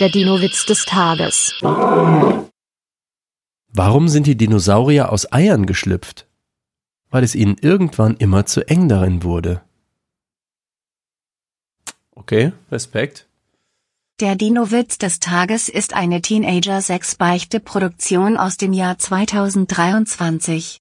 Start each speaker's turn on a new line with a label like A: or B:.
A: Der Dino-Witz des Tages.
B: Warum sind die Dinosaurier aus Eiern geschlüpft? Weil es ihnen irgendwann immer zu eng darin wurde. Okay, Respekt.
C: Der Dino-Witz des Tages ist eine Teenager-6-Beichte-Produktion aus dem Jahr 2023.